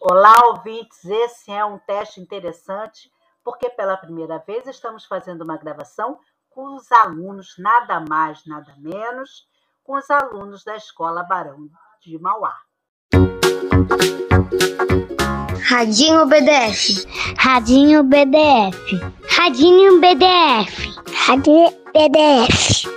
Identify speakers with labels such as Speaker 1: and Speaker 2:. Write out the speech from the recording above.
Speaker 1: Olá, ouvintes! Esse é um teste interessante, porque pela primeira vez estamos fazendo uma gravação com os alunos, nada mais, nada menos, com os alunos da Escola Barão de Mauá.
Speaker 2: Radinho BDF.
Speaker 3: Radinho BDF.
Speaker 2: Radinho BDF.
Speaker 3: Radinho BDF.